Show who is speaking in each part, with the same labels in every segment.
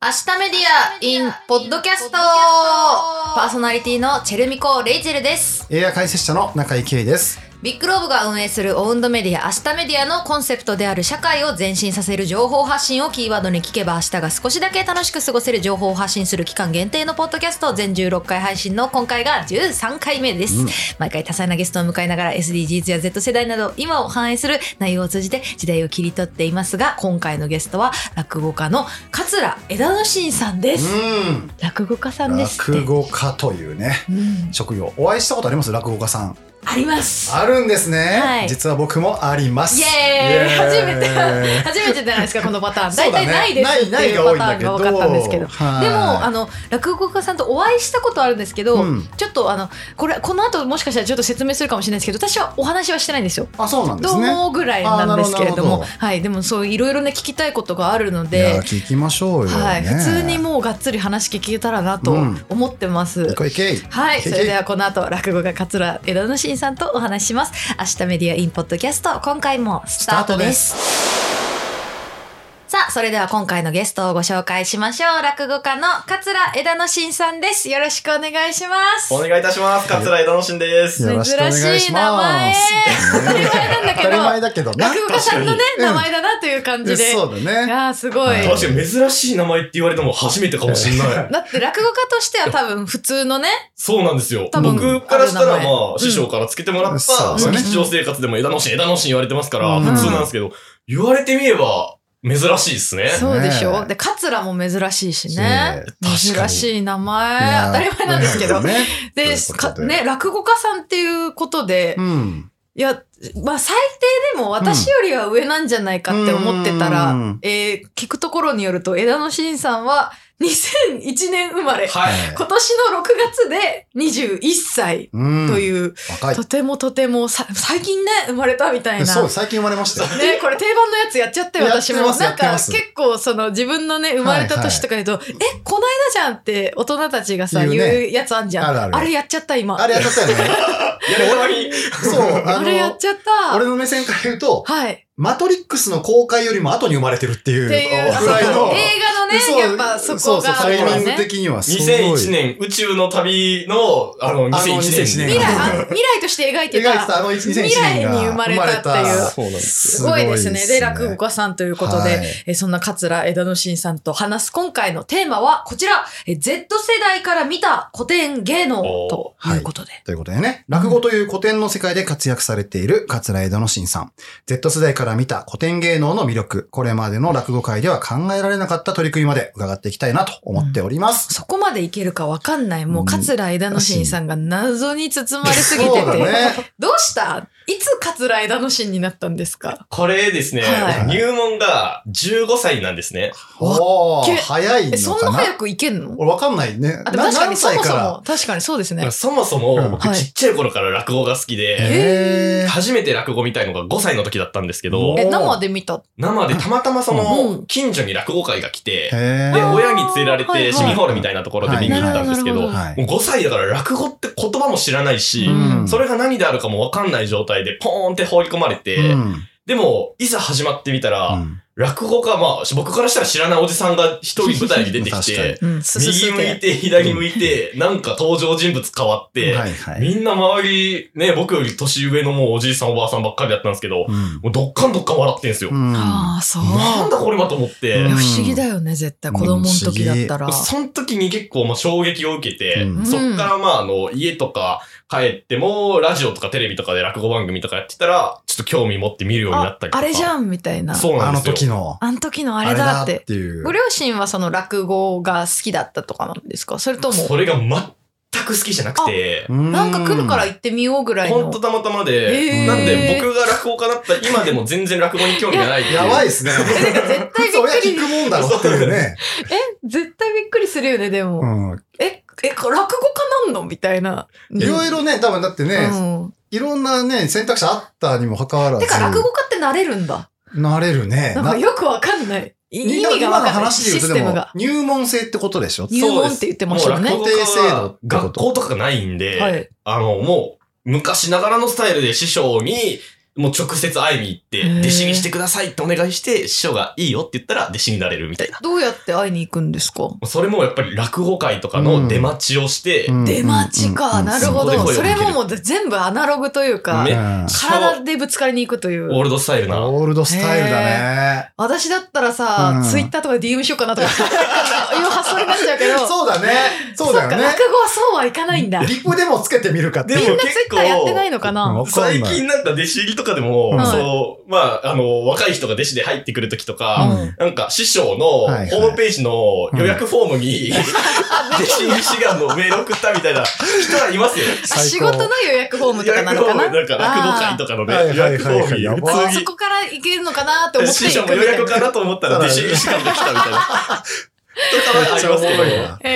Speaker 1: 明日メディア in ポッドキャストパーソナリティのチェルミコ・レイチェルです。
Speaker 2: 映画解説者の中井圭です。
Speaker 1: ビッグローブが運営するオウンドメディア明日メディアのコンセプトである社会を前進させる情報発信をキーワードに聞けば明日が少しだけ楽しく過ごせる情報を発信する期間限定のポッドキャスト全16回配信の今回が13回目です。毎回多彩なゲストを迎えながら SDGs や Z 世代など今を反映する内容を通じて時代を切り取っていますが今回のゲストは落語家の桂枝野真さんです。
Speaker 2: うん。
Speaker 1: 落語家さんですって。
Speaker 2: 落語家というね、
Speaker 1: うん、
Speaker 2: 職業。お会いしたことあります落語家さん。
Speaker 1: あります。
Speaker 2: あるんですね。
Speaker 1: はい
Speaker 2: 実は僕もあります。
Speaker 1: イエーイ初めて
Speaker 2: め
Speaker 1: 初めてじゃないです かこのパターン。
Speaker 2: そ
Speaker 1: 大
Speaker 2: うだ
Speaker 1: 体
Speaker 2: ね
Speaker 1: ないですって
Speaker 2: ない
Speaker 1: い
Speaker 2: ないうが多
Speaker 1: パ
Speaker 2: い
Speaker 1: ター
Speaker 2: んだけ
Speaker 1: ンが多
Speaker 2: ど
Speaker 1: かったんですけど。
Speaker 2: はい
Speaker 1: でもあの落語家さんとお会いしたことあるんですけど、
Speaker 2: うん
Speaker 1: ちょっとあのこれこの後もしかしたらちょっと説明するかもしれないですけど、私はお話はしてないんですよ。
Speaker 2: あ、そうなんで
Speaker 1: ど
Speaker 2: す
Speaker 1: う
Speaker 2: ね。
Speaker 1: もぐらいなんですけれど
Speaker 2: あーなるほどなるほ
Speaker 1: も、
Speaker 2: ど
Speaker 1: はいでもそういろいろね聞きたいことがあるの
Speaker 2: いや、
Speaker 1: で。
Speaker 2: 聞きましょうよ、ね。
Speaker 1: はい、普通にもうがっつり話聞けたらなと
Speaker 2: うん
Speaker 1: 思ってます。
Speaker 2: う。行け
Speaker 1: はい、それで
Speaker 2: は。
Speaker 1: はこの後落語家桂枝野真さんとお話しします。明日メディアインポッドキャスト、今回もスタートです。さあ、それでは今回のゲストをご紹介しましょう。落語家の桂枝野真さんです。よろしくお願いします。
Speaker 3: お願いいたします。桂井楽しんです。
Speaker 2: よろしくお願いします
Speaker 1: 珍しい名前。当たり前なんだけ
Speaker 2: 当たり
Speaker 1: ど、
Speaker 2: 前だけどな。
Speaker 1: 落語家さんのね、
Speaker 2: 確かに
Speaker 1: 名前だなという感じで。
Speaker 2: そうだ
Speaker 1: い
Speaker 2: ね。
Speaker 1: やーすごい。
Speaker 2: はい
Speaker 3: 確かに珍しい名前って言われても初めてかもしれない。
Speaker 1: だって落語家としては多分普通のね、
Speaker 3: そうなんですよ。
Speaker 1: 多分
Speaker 3: 僕からした
Speaker 1: あ
Speaker 3: ら
Speaker 1: る名前
Speaker 3: まあ、師匠からつけてもらった、
Speaker 2: そう
Speaker 1: ですね
Speaker 3: 日常生活でも枝野しん、枝野しん言われてますから、
Speaker 2: うん
Speaker 3: 普通なんですけど、言われてみれば珍しいですね。
Speaker 1: そうでしょ
Speaker 2: ね
Speaker 1: で、桂も珍しいしね
Speaker 2: ね。
Speaker 3: 確
Speaker 1: 珍
Speaker 3: かに
Speaker 1: しい名
Speaker 2: い
Speaker 1: 前。
Speaker 2: や
Speaker 1: 当たり前なんですけど。
Speaker 2: ね。
Speaker 1: で、
Speaker 2: そういうこ
Speaker 1: か
Speaker 2: とで
Speaker 1: ね、落語家さんっていうことで、
Speaker 2: うん。
Speaker 1: いや、まあ最低でも私よりは上なんじゃないかって思ってたら、
Speaker 2: うん
Speaker 1: えー聞くところによると、枝野真さんは2001年生まれ。
Speaker 3: はい。
Speaker 1: 今年の6月で21歳
Speaker 2: うん。
Speaker 1: という、
Speaker 2: 若い。
Speaker 1: とてもとてもさ、最近ね、生まれたみたいな。
Speaker 2: そう、最近生まれましたよ。
Speaker 1: ね、これ定番のやつやっちゃったよ、
Speaker 2: やっ
Speaker 1: 私
Speaker 2: て
Speaker 1: も。
Speaker 2: ます
Speaker 1: なんか
Speaker 2: やってま
Speaker 1: 結
Speaker 2: す
Speaker 1: 構その自分のね、生まれた年とか言うと、え、この間じゃんって大人たちがさ、
Speaker 2: 言うね
Speaker 1: 言うやつあんじゃん。
Speaker 2: あるある
Speaker 1: れやっちゃった今。
Speaker 2: あれやっちゃったよね。
Speaker 3: やるたびに、
Speaker 2: そう、あ
Speaker 1: あれやっ
Speaker 2: の、
Speaker 1: ちゃった。
Speaker 2: 俺の目線から言うと、
Speaker 1: はい。っ
Speaker 2: マトリックスの公開よりも後に生まれてるっていう
Speaker 1: ていう、あそ
Speaker 2: ぐ
Speaker 1: う
Speaker 2: らい
Speaker 1: 映画
Speaker 2: の。
Speaker 1: のね、
Speaker 2: そう
Speaker 1: やっぱそこがあ
Speaker 2: そう
Speaker 1: るよ
Speaker 2: そう、タイミング
Speaker 1: ね。
Speaker 2: 的にはすごい。
Speaker 3: 2001年宇宙の旅の、あの、2001
Speaker 2: あの2001
Speaker 1: 未
Speaker 3: 年
Speaker 2: 年。
Speaker 1: 来、あ未来として描いて
Speaker 2: 意外と
Speaker 1: た。
Speaker 2: あの2001年が
Speaker 1: 未来に生まれたっていう
Speaker 2: 生まれ
Speaker 3: そうなんです。
Speaker 1: すごいですね。
Speaker 2: すごいです
Speaker 1: で、
Speaker 2: ね
Speaker 1: 落語家さんということで、
Speaker 2: はい
Speaker 1: えーそんな桂枝野真さんと話す今回のテーマはこちら、えー Z 世代から見た古典芸能ということで。
Speaker 2: ということでね、落語という古典の世界で活躍されている桂江戸の新さん。Z 世代から見た古典芸能の魅力、これまでの落語界では考えられなかった取り組みまで伺っていきたいなと思っております。
Speaker 1: そこまでいけるかわかんない。もう、
Speaker 2: うん
Speaker 1: 桂枝野真さんが謎に包まれすぎて
Speaker 2: そうだ
Speaker 1: て。
Speaker 2: ね。
Speaker 1: どうしたいつ桂枝野真になったんですか
Speaker 3: これですね、
Speaker 1: はい
Speaker 3: 入門が15歳なんですね。
Speaker 2: お
Speaker 1: け
Speaker 2: ー、早いの
Speaker 1: え、
Speaker 2: かな。
Speaker 1: そんな早くいけんの
Speaker 2: 俺わかんないね。
Speaker 1: あ、でも確かに
Speaker 2: な
Speaker 1: そ
Speaker 2: 歳
Speaker 1: もそ
Speaker 2: ら
Speaker 1: も、確かにそうですね。
Speaker 3: そもそも、僕
Speaker 1: はい
Speaker 3: ちっちゃい頃から落語が好きで、
Speaker 2: へー
Speaker 3: 初めて落語見たいのが5歳の時だったんですけ
Speaker 2: お
Speaker 3: ど
Speaker 2: ー、
Speaker 1: え、生で見た。
Speaker 3: 生でたまたまそ
Speaker 1: うん
Speaker 3: の、近所に落語会が来て、
Speaker 2: へー
Speaker 3: で、
Speaker 1: あー
Speaker 3: 親に連れられ
Speaker 1: はいは
Speaker 3: て、
Speaker 1: い
Speaker 3: 市民ホールみたいなところで見に行ったんですけ
Speaker 1: はい
Speaker 3: ど、もう
Speaker 1: な
Speaker 2: はい。
Speaker 3: 5歳だから落語って言葉も知らないし
Speaker 1: う、ん
Speaker 3: それが何であるかもわかんない状態でポーンって放り込まれ
Speaker 2: う
Speaker 3: て、
Speaker 2: ん
Speaker 3: でも、いざ始まってみた
Speaker 2: う
Speaker 3: ら、
Speaker 2: ん
Speaker 3: 落語家、まあ、僕からしたら知らないおじさんが一人舞台に出てき
Speaker 2: 確かに
Speaker 3: て、
Speaker 1: うん、すすす
Speaker 3: 右向いて、左向いて、なんか登場人物変わって、
Speaker 2: はいはい。
Speaker 3: みんな周り、ね、僕より年上のもうおじいさんおばあさんばっかりだったんですけど、
Speaker 2: うん
Speaker 3: もうどっかんどっかん笑ってんすよ。
Speaker 2: うん
Speaker 1: ああ、そう。
Speaker 3: なんだこれはと思って
Speaker 1: いや
Speaker 2: うん
Speaker 1: 不思議だよね、絶対。子供の時だったら。
Speaker 3: その時に結構まあ衝撃を受けて、
Speaker 2: うん
Speaker 3: そっからまああの、家とか帰っても、ラジオとかテレビとかで落語番組とかやってたら、ちょっと興味持って見るようにな
Speaker 1: あ
Speaker 3: ったりとか。
Speaker 1: あれじ
Speaker 3: ん
Speaker 1: ゃんみたいな。
Speaker 3: そうな
Speaker 2: あ
Speaker 3: ん
Speaker 2: の
Speaker 3: ですよ。
Speaker 2: 時の、
Speaker 1: あの時のあ
Speaker 2: あ
Speaker 1: れだって。
Speaker 2: いう。
Speaker 1: ご両親はその落語が好きだったとかなんですかそれとも、
Speaker 3: それが全く好きじゃなくて、
Speaker 1: なんか来るから
Speaker 2: い
Speaker 1: 行ってみようぐらい
Speaker 3: ほん
Speaker 1: の
Speaker 3: と。たまたまで、
Speaker 1: へー
Speaker 3: なんで僕が落語家だった今でも全然落語に興味がないっていう。
Speaker 2: やばい
Speaker 3: い
Speaker 2: ですね。
Speaker 1: えなんか絶対びっ
Speaker 2: 親
Speaker 1: くり
Speaker 2: 聞くもんだろっていうね。
Speaker 1: え、絶対びっくりするよね、でも。
Speaker 2: うん
Speaker 1: え、え、落語家なんのみたいな。
Speaker 2: いろいろね、多分だってね、
Speaker 1: うん。
Speaker 2: いろんなね、選択肢あったにもかかわらず
Speaker 1: て、か、落語家ってなれるんだ。
Speaker 2: なれるね。
Speaker 1: なんかよくわかんない。い意味がわ
Speaker 2: 今の
Speaker 1: かんない。
Speaker 2: 話で
Speaker 1: シ
Speaker 2: 言う
Speaker 1: ス
Speaker 2: と
Speaker 1: テ
Speaker 2: で
Speaker 1: ム
Speaker 2: も
Speaker 1: が。、
Speaker 2: 入門制ってことでしょ
Speaker 1: 入門って言ってましたよね
Speaker 3: もう。落語家
Speaker 2: 固定制度って
Speaker 3: は
Speaker 2: こと
Speaker 3: 学校とかがないんで、
Speaker 1: はい。
Speaker 3: あの、もう、昔ながらのスタイルで師匠に、もう直接会いに行っ
Speaker 1: へー
Speaker 3: て、弟子にしてくださいってお願いして、師匠がいいよって言ったら弟子になれるみたいな。
Speaker 1: どうやって会いに行くんですか
Speaker 3: それもやっぱり落語会とかの出待ちをして、
Speaker 2: うん
Speaker 1: 出待ち
Speaker 2: うんうん
Speaker 1: か。
Speaker 2: うん
Speaker 1: なるほ
Speaker 3: そこ
Speaker 1: ど。
Speaker 3: で声
Speaker 1: そ
Speaker 3: をか
Speaker 1: れ
Speaker 3: ける
Speaker 1: ももう全部アナログというか
Speaker 3: め、
Speaker 2: うん
Speaker 1: 体でぶつかりに行くとい
Speaker 3: オー
Speaker 1: う。
Speaker 3: ルドスタイルな。
Speaker 2: オールドスタイルだね。
Speaker 1: 私だったらさ、
Speaker 2: うん
Speaker 1: ツイッターとかで DM しようかなと か、いう発想になっちゃうけど。
Speaker 2: そうだね。そうだよ
Speaker 1: っ
Speaker 2: ね
Speaker 1: か。落語はそうはいかないんだ。みん
Speaker 2: リップでもつけてみるかって
Speaker 3: でも
Speaker 2: いう。
Speaker 1: なツイッターやってないのかな
Speaker 2: わかんない
Speaker 3: 最近なんか弟子入りとかでも、
Speaker 2: うん
Speaker 3: そう、まあ、あの、若い人が弟子で入ってくるときとか、
Speaker 2: うん
Speaker 3: なんか師匠のホ
Speaker 2: はいはい
Speaker 3: ームページの予約フォームに、弟子入り志願のメール送ったみたいな人はいま すよ。
Speaker 1: あ仕事の予約フォームと
Speaker 3: 予
Speaker 1: かな
Speaker 3: 約
Speaker 1: の
Speaker 3: フォ
Speaker 1: か
Speaker 3: ーム、
Speaker 1: な
Speaker 3: なんか落語会とかの
Speaker 2: あー
Speaker 3: ね、予約フォ
Speaker 2: はいはいはい
Speaker 3: ー
Speaker 2: や
Speaker 3: ム
Speaker 2: ば
Speaker 3: に、
Speaker 1: あー
Speaker 3: 普通
Speaker 1: そ
Speaker 3: に
Speaker 1: こから行けるのかなって思って
Speaker 3: 師
Speaker 1: 行
Speaker 3: 匠
Speaker 1: く
Speaker 3: も
Speaker 1: み
Speaker 3: 予
Speaker 1: たい
Speaker 3: 約
Speaker 1: な
Speaker 3: か。なと思ったら弟子入り志願が来たみたいな。とかはありますけ
Speaker 2: めっちゃおもろいな
Speaker 3: ど。
Speaker 1: え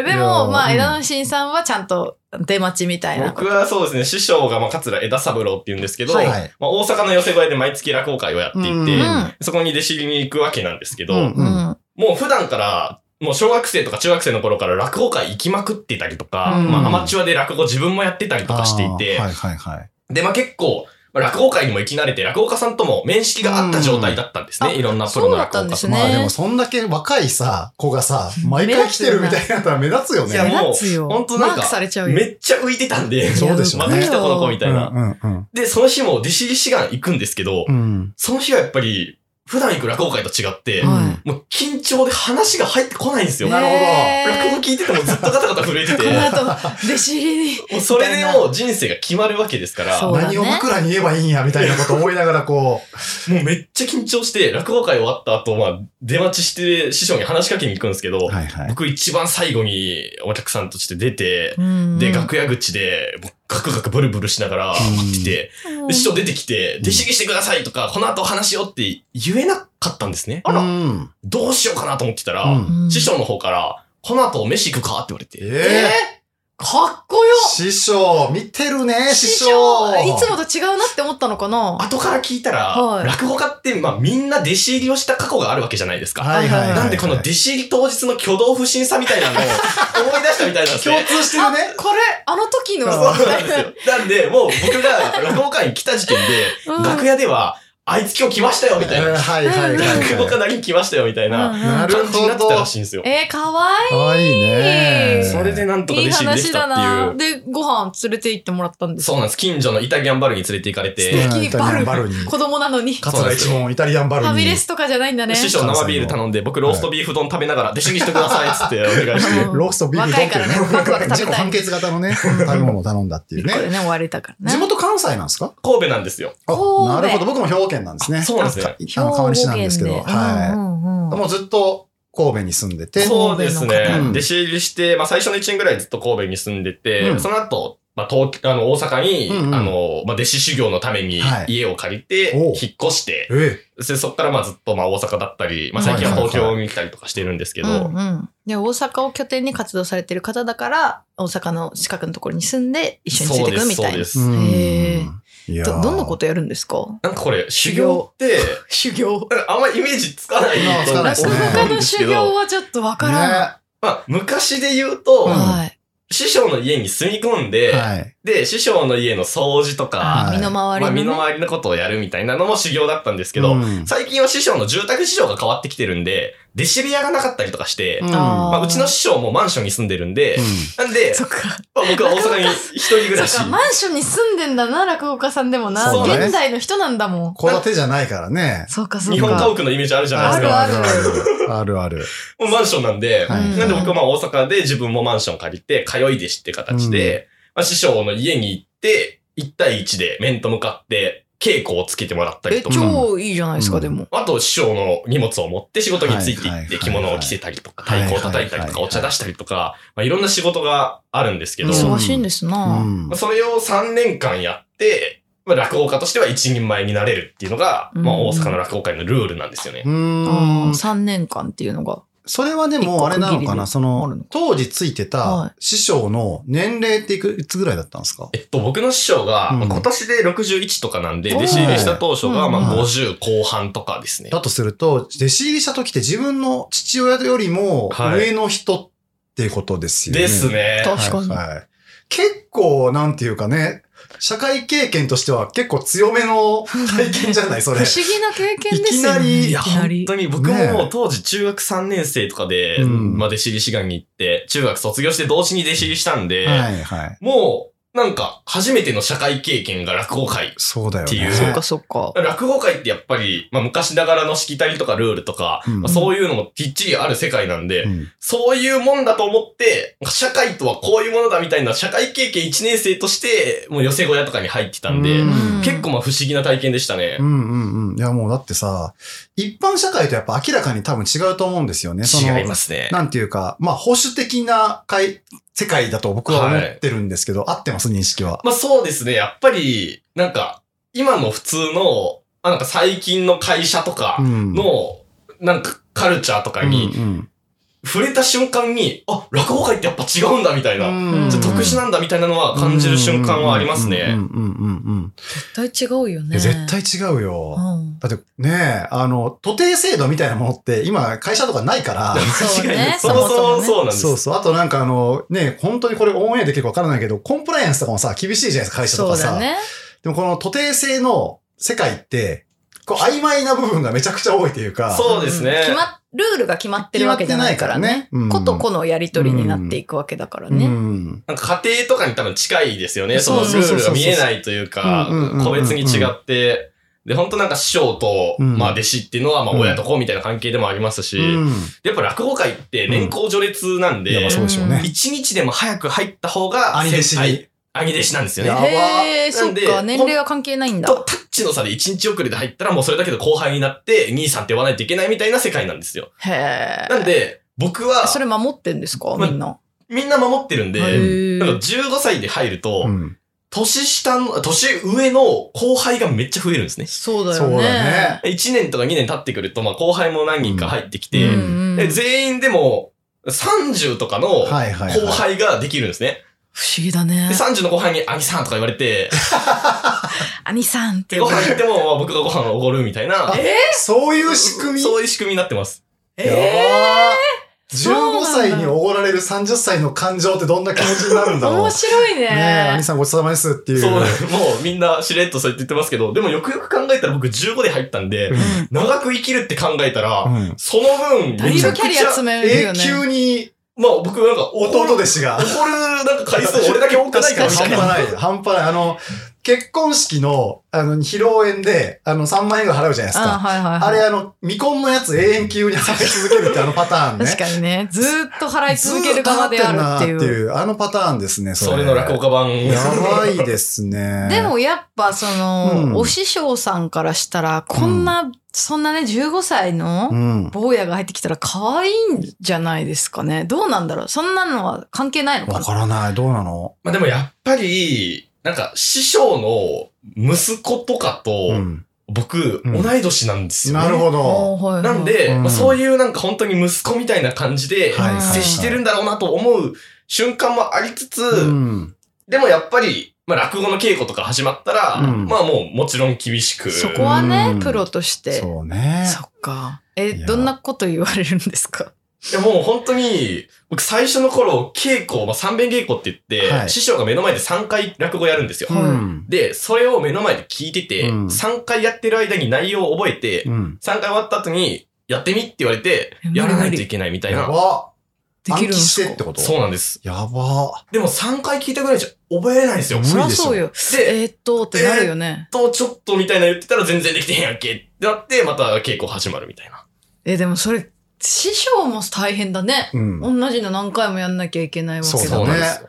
Speaker 1: ー、で
Speaker 2: いやー
Speaker 1: も、ま
Speaker 2: う
Speaker 1: あ、
Speaker 2: ん
Speaker 1: 枝野新さんはちゃんと出待ちみたいな。
Speaker 3: 僕はそうですね、師匠が、まあ、桂枝三郎って言うんですけど、
Speaker 2: はいはい
Speaker 3: まあ、大阪の寄せ小屋で毎月落語会をやっていて、
Speaker 2: うん
Speaker 1: うん
Speaker 3: そこに弟子入りに行くわけなんですけど、
Speaker 2: うん
Speaker 1: うん。
Speaker 3: もう普段から、もう小学生とか中学生の頃から落語会行きまくってたりとか、
Speaker 1: うん
Speaker 3: まあアマチュアで落語自分もやってたりとかしていて、
Speaker 2: あーはいはいはい。
Speaker 3: で、まあ結構、まあ落語会にも行き慣れて、落語家さんとも面識があった状態だったんですね。
Speaker 1: うん
Speaker 3: いろんなプロの落語家さん。
Speaker 1: ね
Speaker 2: まあでもそんだけ若いさ、子 がさ、毎回来てるみたいになったら目立つよ
Speaker 3: いや
Speaker 2: ね。
Speaker 3: もう
Speaker 1: 目立つよ。
Speaker 3: 本当なんか
Speaker 1: マークされちゃうよ。
Speaker 3: めっちゃ浮いてたんで、
Speaker 2: そうでしょうね
Speaker 3: また来たこの子みたいな。
Speaker 2: うんうん
Speaker 3: で、その日も弟子入り志願行くんですけど、
Speaker 2: うん。
Speaker 3: その日はやっぱり、普段行く落語会と違って、
Speaker 2: うん
Speaker 1: は
Speaker 3: もう緊張で話が入ってこないんですよ。
Speaker 1: い。
Speaker 2: なるほど
Speaker 3: 落語
Speaker 1: えー
Speaker 3: 聞いててもずっとガタガタ震えてて、
Speaker 1: この後、弟子入りに。
Speaker 3: もうそれでもう人生が決まるわけですから、
Speaker 1: そうだね
Speaker 2: 何を枕に言えばいいんや、みたいなこと思いながらこ
Speaker 3: もうめっちゃ緊張して、落語会終わった後、まあ、出待ちして師匠に話しかけに行くんですけ
Speaker 2: う。
Speaker 3: ど、
Speaker 2: はいはい。
Speaker 3: 僕一番最後にお客さんとして出て、
Speaker 1: うん
Speaker 3: で、楽屋口で、もうガクガクブルブルしながら待ってて、で師匠出てきて、弟子入りしてくださいとか、この後お話しようって言えなかったんですね。
Speaker 2: あら。
Speaker 3: どうしようかなと思ってたら、
Speaker 2: うん
Speaker 1: うん
Speaker 3: 師匠の方から、この後飯行くかって言われて、
Speaker 1: え
Speaker 2: ええ。
Speaker 1: ーかっこよ
Speaker 2: 師匠、見てるね、師匠。
Speaker 1: いつもと違うなって思ったのかな
Speaker 3: 後から聞いたら、
Speaker 1: はい
Speaker 3: 落語家って、まあみんな弟子入りをした過去があるわけじゃないですか。
Speaker 2: はいはいはいはい。
Speaker 3: なんでこの弟子入り当日の挙動不審さみたいなのを思い出したみたいなんですね
Speaker 2: 共。通してるね。
Speaker 1: これ、あの時の。
Speaker 3: そうなんですよ。なんで、もう僕が落語会に来た時点で、
Speaker 1: うん
Speaker 3: 楽屋では、あいつ今日来ましたよみたい
Speaker 2: うん
Speaker 3: な。
Speaker 2: はいはいはい
Speaker 3: 落語
Speaker 2: は
Speaker 3: 家なりに来ましたよみたい
Speaker 1: うん
Speaker 3: な
Speaker 1: うん
Speaker 2: なる
Speaker 3: 感じになってたらしいんですよ。
Speaker 1: えー、かわ
Speaker 2: い。かわいいね。
Speaker 1: え
Speaker 3: それでなんとか
Speaker 1: いい。いい
Speaker 3: 弟子入
Speaker 1: 話
Speaker 3: りでき
Speaker 1: だ
Speaker 3: た
Speaker 1: な。
Speaker 3: ってい
Speaker 1: で、ご飯連れて行ってもらったん
Speaker 3: う。
Speaker 1: です
Speaker 3: そうなんです。近所のイタリアンバルに連れて行かれ
Speaker 2: う
Speaker 3: て
Speaker 2: ん、
Speaker 1: 素敵
Speaker 2: イタリアンバルに。
Speaker 1: 子供なのに。フ
Speaker 2: カツラ一問、イタリアンバルに。
Speaker 1: ァミレスとかじゃないんだね。
Speaker 3: 師匠生ビール頼んで、僕ローストビーフ丼食べながら弟子入りしてくださいっつってお願いして。
Speaker 2: ローストビーフ丼っていう
Speaker 1: 若いからねワクワク食べたい
Speaker 2: 自己完結型のね、食べ物を頼んだってい
Speaker 1: 一
Speaker 2: う
Speaker 1: 個で
Speaker 2: ね。
Speaker 1: ね、終われたからね。
Speaker 2: 地元関西なんですか
Speaker 3: 神戸なんですよ。
Speaker 2: あ
Speaker 1: 神戸
Speaker 2: なるほど。僕も兵庫県なんですね。
Speaker 3: そうなんですね
Speaker 2: かあの、川西なんですけど。
Speaker 1: 兵庫県でう
Speaker 2: は
Speaker 1: んうん
Speaker 2: い。
Speaker 1: うん
Speaker 2: もうずっと神戸に住んでて。
Speaker 3: そうです
Speaker 1: 神戸
Speaker 2: の
Speaker 3: ね
Speaker 2: 方。
Speaker 3: 弟子入りして、まあ最初の1年ぐらいずっと神戸に住んでて、
Speaker 2: うん
Speaker 3: その後、まあ東京、あの、大阪に、
Speaker 2: うんうん
Speaker 3: あの、まあ弟子修行のために
Speaker 2: はい
Speaker 3: 家を借り
Speaker 2: お
Speaker 3: て
Speaker 2: う、
Speaker 3: 引っ越して、
Speaker 2: え
Speaker 3: でそっからまあずっとまあ大阪だったり、まあ最近は東京に来たりとかしてるんですけど、
Speaker 1: うんうん。で、大阪を拠点に活動されてる方だから、大阪の近くのところに住んで一緒につい
Speaker 3: そう
Speaker 1: て
Speaker 3: で
Speaker 1: く
Speaker 3: す、
Speaker 1: み
Speaker 3: そ
Speaker 1: た
Speaker 3: う
Speaker 1: い
Speaker 3: で
Speaker 1: な。
Speaker 3: す。
Speaker 2: うん
Speaker 1: へ
Speaker 2: いや
Speaker 1: ど、
Speaker 2: ー
Speaker 1: どんなことやるんですか
Speaker 3: なんかこれ、修行って、
Speaker 1: 修行。
Speaker 3: なんかあんまりイメージつかない
Speaker 2: あーつかないで
Speaker 1: 落
Speaker 2: す
Speaker 1: 語
Speaker 2: ね
Speaker 1: 家
Speaker 3: 思うん
Speaker 1: の
Speaker 3: です
Speaker 1: 修
Speaker 3: け
Speaker 1: 行
Speaker 3: ど、
Speaker 1: はちょっとわからん。
Speaker 3: まあ昔で言うと、
Speaker 2: うん
Speaker 1: はい。
Speaker 3: 師匠の家に住み込んで、
Speaker 2: ねはい。
Speaker 3: で、師匠の家の掃除と
Speaker 2: は
Speaker 3: か、
Speaker 2: い
Speaker 1: 身の回り
Speaker 3: まあ
Speaker 1: のね。
Speaker 3: 身の回りのことをやるみたいなのも修行だったんですけど、
Speaker 2: うん
Speaker 3: 最近は師匠の住宅市場が変わってきてるんで、弟子部屋がなかったりとかして、
Speaker 2: うん
Speaker 3: ま
Speaker 1: あー
Speaker 3: あ、うちの師匠もマンションに住んでるんで、なんで、
Speaker 1: そっか。
Speaker 3: まあ僕は大阪に一人暮らし
Speaker 1: そっ。か、マンションに住んでんだな、落語家さんでもな。
Speaker 3: そう
Speaker 2: だね
Speaker 1: 現代の人なんだもん。
Speaker 2: 戸建てじゃないからね。
Speaker 1: そうか、そう
Speaker 3: 日本家
Speaker 1: か。
Speaker 3: 屋のイメージあるじゃないで
Speaker 1: あ
Speaker 3: す
Speaker 1: る
Speaker 3: か。
Speaker 1: ある
Speaker 2: あるある。
Speaker 3: もうマンションなんで、
Speaker 2: はい
Speaker 1: うん
Speaker 3: なんで僕はまあ大阪で自分もマンション借りて、通い弟子って形で、まあ、師匠の家に行って、1対1で面と向かって稽古をつけてもらったり
Speaker 1: え、
Speaker 3: とか。
Speaker 1: 超いいじゃないです
Speaker 2: う
Speaker 1: か、
Speaker 2: ん
Speaker 1: でも。
Speaker 3: あと、師匠の荷物を持って仕事について
Speaker 2: はい
Speaker 3: い
Speaker 2: はいは
Speaker 3: っ
Speaker 2: い
Speaker 3: て着物を着せたりとか、
Speaker 2: はい
Speaker 3: 太
Speaker 2: はい
Speaker 3: 鼓を叩いたりとか、
Speaker 2: はい
Speaker 3: お茶出したりとか、まあ、いろんな仕事があるんですけど、
Speaker 2: うん
Speaker 1: 忙しいんですな。
Speaker 2: うん
Speaker 3: まあそれを3年間やって、まあ、落語家としては一人前になれるっていうのが、まあ、
Speaker 1: うん
Speaker 3: 大阪の落語界のルールなんですよね。
Speaker 2: う
Speaker 1: あー
Speaker 2: ん
Speaker 1: 3年間っていうのが。
Speaker 2: それはでも、あれなのかな
Speaker 1: 一
Speaker 2: そ
Speaker 1: あるの
Speaker 2: の
Speaker 1: か、
Speaker 2: 当時ついて
Speaker 1: は
Speaker 2: た師匠の年齢っていくいつぐらいだったんですか
Speaker 3: えっと、僕の師匠が、
Speaker 2: うん
Speaker 3: まあ今年で61とかなんで、
Speaker 1: おー
Speaker 3: 弟子入りした当初
Speaker 1: う
Speaker 3: が、
Speaker 1: ん
Speaker 3: まあ、50後半とかですね。
Speaker 2: だとすると、弟子入りした時って自分の父親よりも
Speaker 3: はい
Speaker 2: 上の人っていうことですよね。
Speaker 3: ですね。
Speaker 1: 確かに。
Speaker 2: はいはい結構、なんていうかね、社会経験としては結構強めの体験じゃない、そ
Speaker 1: 不
Speaker 2: れ。
Speaker 1: 思議な経験ですよね。
Speaker 2: い
Speaker 3: いや、本当に僕
Speaker 2: ねえ
Speaker 3: も当時中学3年生とかで、
Speaker 2: うん
Speaker 3: まあ弟子入り志願に行って、中学卒業して同時に弟子入りしたんで、
Speaker 2: はいはい。
Speaker 3: もう、なんか、初めての社会経験が落語会。
Speaker 2: そうだよ
Speaker 3: ってい
Speaker 2: ね。
Speaker 3: う
Speaker 2: そ
Speaker 3: そ
Speaker 1: そうっかそっか。
Speaker 3: 落語会ってやっぱり、まあ昔ながらのしきたりとかルールとか、
Speaker 2: うん
Speaker 3: まあそういうのもきっちりある世界なんで、
Speaker 2: ん
Speaker 3: そういうもんだと思って、社会とはこういうものだみたいな、社会経験1年生として、もう寄せ小屋とかに入ってたんで、
Speaker 2: うん
Speaker 3: 結構まあ不思議な体験でしたね。
Speaker 2: うんうんうん。いやもうだってさ、一般社会とやっぱ明らかに多分違うと思うんですよね。その
Speaker 3: 違いますね。
Speaker 2: なんていうか、まあ保守的な会世界だと僕は思
Speaker 3: はい
Speaker 2: ってるんですけど、合ってます、認識は。
Speaker 3: まあそうですね、やっぱり、なんか、今の普通の、あなんか最近の会社とか
Speaker 2: うん
Speaker 3: の、なんかカルチャーとかに、
Speaker 2: うん
Speaker 3: 触れた瞬間に、あ、落語界ってやっぱ違うんだみたいな、
Speaker 2: うん
Speaker 3: ちょっと特殊なんだみたいなのは感じる瞬間はあります
Speaker 2: うんうん
Speaker 3: ね。
Speaker 2: うんうんうん
Speaker 1: 絶対違うよ
Speaker 2: いや
Speaker 1: ね。
Speaker 2: 絶対違うよ。
Speaker 1: うん。
Speaker 2: だってねえ、あの、徒弟制度みたいなものって今会社とかないから、
Speaker 1: そう ね
Speaker 3: 間違いない
Speaker 1: そ
Speaker 3: そ
Speaker 1: もそ
Speaker 3: もそ
Speaker 1: も
Speaker 3: も
Speaker 1: ね
Speaker 3: そうなんです。
Speaker 2: そうそう。あとなんかあの、ねえ、本当にこれオンエアできるかわからないけど、コンプライアンスとかもさ、厳しいじゃないですか、会社と
Speaker 1: そ
Speaker 2: か
Speaker 1: う
Speaker 2: さ。
Speaker 1: だね。
Speaker 2: でもこの徒弟制の世界って、こう曖昧な部分がめちゃくちゃ多いというか、
Speaker 3: そうですね
Speaker 1: ん決まっルールが決まってるわけじゃないからね。
Speaker 2: 決まってないからねうん
Speaker 1: 個と個のやりとりになっていくわけだからね。
Speaker 2: うん
Speaker 3: なんか家庭とかに多分近いですよね。その
Speaker 2: そう
Speaker 3: ル
Speaker 2: そう
Speaker 3: ー
Speaker 2: そうそう
Speaker 3: ルが見えないというか
Speaker 2: うんうんうんうん、
Speaker 3: 個別に違って、で、本当なんか師匠と、
Speaker 2: うん
Speaker 3: まあ弟子っていうのは、まあ
Speaker 2: うん
Speaker 3: 親と子みたいな関係でもありますし、
Speaker 2: うん
Speaker 3: やっぱ落語界って年功序列なん
Speaker 2: いやま
Speaker 3: で
Speaker 2: あ、そうでしょうね。
Speaker 3: 一日でも早く入った方が、
Speaker 2: 兄弟子
Speaker 3: 先
Speaker 2: に
Speaker 3: 輩。兄弟子なんですよ
Speaker 2: やば
Speaker 3: ね。
Speaker 1: へえ、そ
Speaker 3: な
Speaker 1: っ
Speaker 3: んで
Speaker 1: か。年齢は関係ないんだ。
Speaker 3: とタッチの差で一日遅れで入ったら、もうそれだけで後輩になって、兄さんって呼ばないといけないみたいな世界なんですよ。
Speaker 1: へえ。
Speaker 3: なんで、僕は、
Speaker 1: それ守ってんですか
Speaker 3: ま
Speaker 1: みんな。
Speaker 3: みんな守ってるんで、
Speaker 1: へ
Speaker 3: なんか
Speaker 1: ー
Speaker 3: 15歳で入ると、
Speaker 2: うん
Speaker 3: 年下の、年上の後輩がめっちゃ増えるんですね。
Speaker 1: そうだよ
Speaker 2: そう
Speaker 1: ね。
Speaker 2: だね。
Speaker 3: 1年とか2年経ってくると、まあ後輩も何人か入ってき
Speaker 1: う
Speaker 3: て、
Speaker 1: んうん
Speaker 3: で全員でも30とかの後
Speaker 2: はいはい、はい。
Speaker 3: 輩ができるんですね。
Speaker 1: 不思議だね
Speaker 3: で、。30の後輩に兄さんとか言われ て、
Speaker 1: 兄さんって
Speaker 3: でご飯行ってもまあ僕がご飯をおごるみたいな、
Speaker 2: あそういう仕組み
Speaker 3: そういう仕組みになってます。
Speaker 2: やば
Speaker 1: そうなん
Speaker 2: 15
Speaker 1: だ
Speaker 2: 歳におごられる30歳の感情ってどんな気持ちになるんだろう。
Speaker 1: 面白いね。
Speaker 2: ねえ、兄さんごちそうさまですっていう。
Speaker 3: そう、もうみんなしれっとそうやって言ってますけど、でもよくよく考えたら僕15で入ったんで、
Speaker 1: うん
Speaker 3: 長く生きるって考えたら、
Speaker 2: うん
Speaker 3: その分、
Speaker 1: だい
Speaker 3: めちゃ
Speaker 1: ぶキ
Speaker 3: くち
Speaker 1: ャ
Speaker 3: ゃ
Speaker 1: リア詰めるよ
Speaker 2: 永
Speaker 1: ね。
Speaker 2: 久に
Speaker 3: まあ僕なんか
Speaker 2: 弟弟
Speaker 3: す。
Speaker 2: 子が。
Speaker 3: 怒るなんか回数俺だけ多くないからみた
Speaker 2: 半
Speaker 3: い
Speaker 2: 端
Speaker 3: な。
Speaker 2: ない。半端ない。あの、結婚式の、あの、披露宴で、あの、3万円が払うじゃないです
Speaker 1: あ
Speaker 2: か。
Speaker 1: はいはいはい。
Speaker 2: あれ、あの、未婚のやつ永遠級に払い続けるっ てあのパターンね。
Speaker 1: 確かにね。ずーっと払い続ける側である
Speaker 2: ずー
Speaker 1: っ
Speaker 2: っと払ってて
Speaker 1: いう。
Speaker 2: るなーっていう、あのパターンですね、それ。
Speaker 3: それの落語家版。
Speaker 2: やばいですね。
Speaker 1: で、もやっぱその、
Speaker 2: うん
Speaker 1: お師匠さんからしたら、こんな、そんなね、15歳
Speaker 2: う
Speaker 1: の
Speaker 2: ん。
Speaker 1: 坊やが入ってきたら可愛いんじゃないですかね。どうなんだろうそんなのは関係ないのか
Speaker 2: わ
Speaker 1: な
Speaker 2: からない。どうなの
Speaker 3: まあでもやっぱり、なんか師匠の息子とかと、
Speaker 2: うん。
Speaker 3: 僕、
Speaker 2: うん
Speaker 3: 同い年なんですよ、ね。
Speaker 2: なるほど。
Speaker 1: おーはいはい
Speaker 3: なんで、
Speaker 2: うん
Speaker 3: まあ、そういうなんか本当に息子みたいな感じで
Speaker 2: はい
Speaker 1: はい
Speaker 3: 接してるんだろうなと思う瞬間もありつつ、
Speaker 2: うん。
Speaker 3: でもやっぱり、まあ、落語の稽古とか始まったら、
Speaker 2: うん
Speaker 3: まあもうもちろん厳しく。
Speaker 1: そこは
Speaker 2: う
Speaker 1: ね
Speaker 2: ん、
Speaker 1: プロとして。そ
Speaker 2: そうね。
Speaker 1: っか。え、
Speaker 2: いや
Speaker 1: どんなこと言われるんですか
Speaker 3: いやもう本当に、僕最初の頃、稽古、まあ、三遍稽古って言って、
Speaker 2: はい
Speaker 3: 師匠が目の前で3回落語やるんですよ。
Speaker 2: うん。
Speaker 3: で、それを目の前で聞いてて、
Speaker 2: うん
Speaker 3: 3回やってる間に内容を覚えて、
Speaker 2: うん。
Speaker 3: 3回終わった後に、やってみって言われて、
Speaker 1: え
Speaker 3: やらないといけないみたい
Speaker 2: や
Speaker 3: な。
Speaker 2: ば。
Speaker 1: できるん
Speaker 2: 暗記
Speaker 1: です
Speaker 2: し
Speaker 1: か
Speaker 2: てってこと
Speaker 3: そうなんです。
Speaker 2: やば。
Speaker 3: でも3回聞いたぐらいじゃ覚えないんですよ。
Speaker 2: 無
Speaker 1: そり
Speaker 2: 理
Speaker 1: ゃ
Speaker 2: でしょ
Speaker 1: そうよ。
Speaker 3: で、えっ
Speaker 1: えーっと、ってなるよね。
Speaker 3: と、ちょっとみたいな言ってたら全然できてへんやんけってなって、また稽古始まるみたいな。
Speaker 1: え、でもそれ、師匠も大変だね。
Speaker 2: うん。
Speaker 1: 同じの何回もやんなきゃいけないわ
Speaker 2: そ
Speaker 1: けだ
Speaker 2: うだ
Speaker 3: そうなんです
Speaker 2: ね。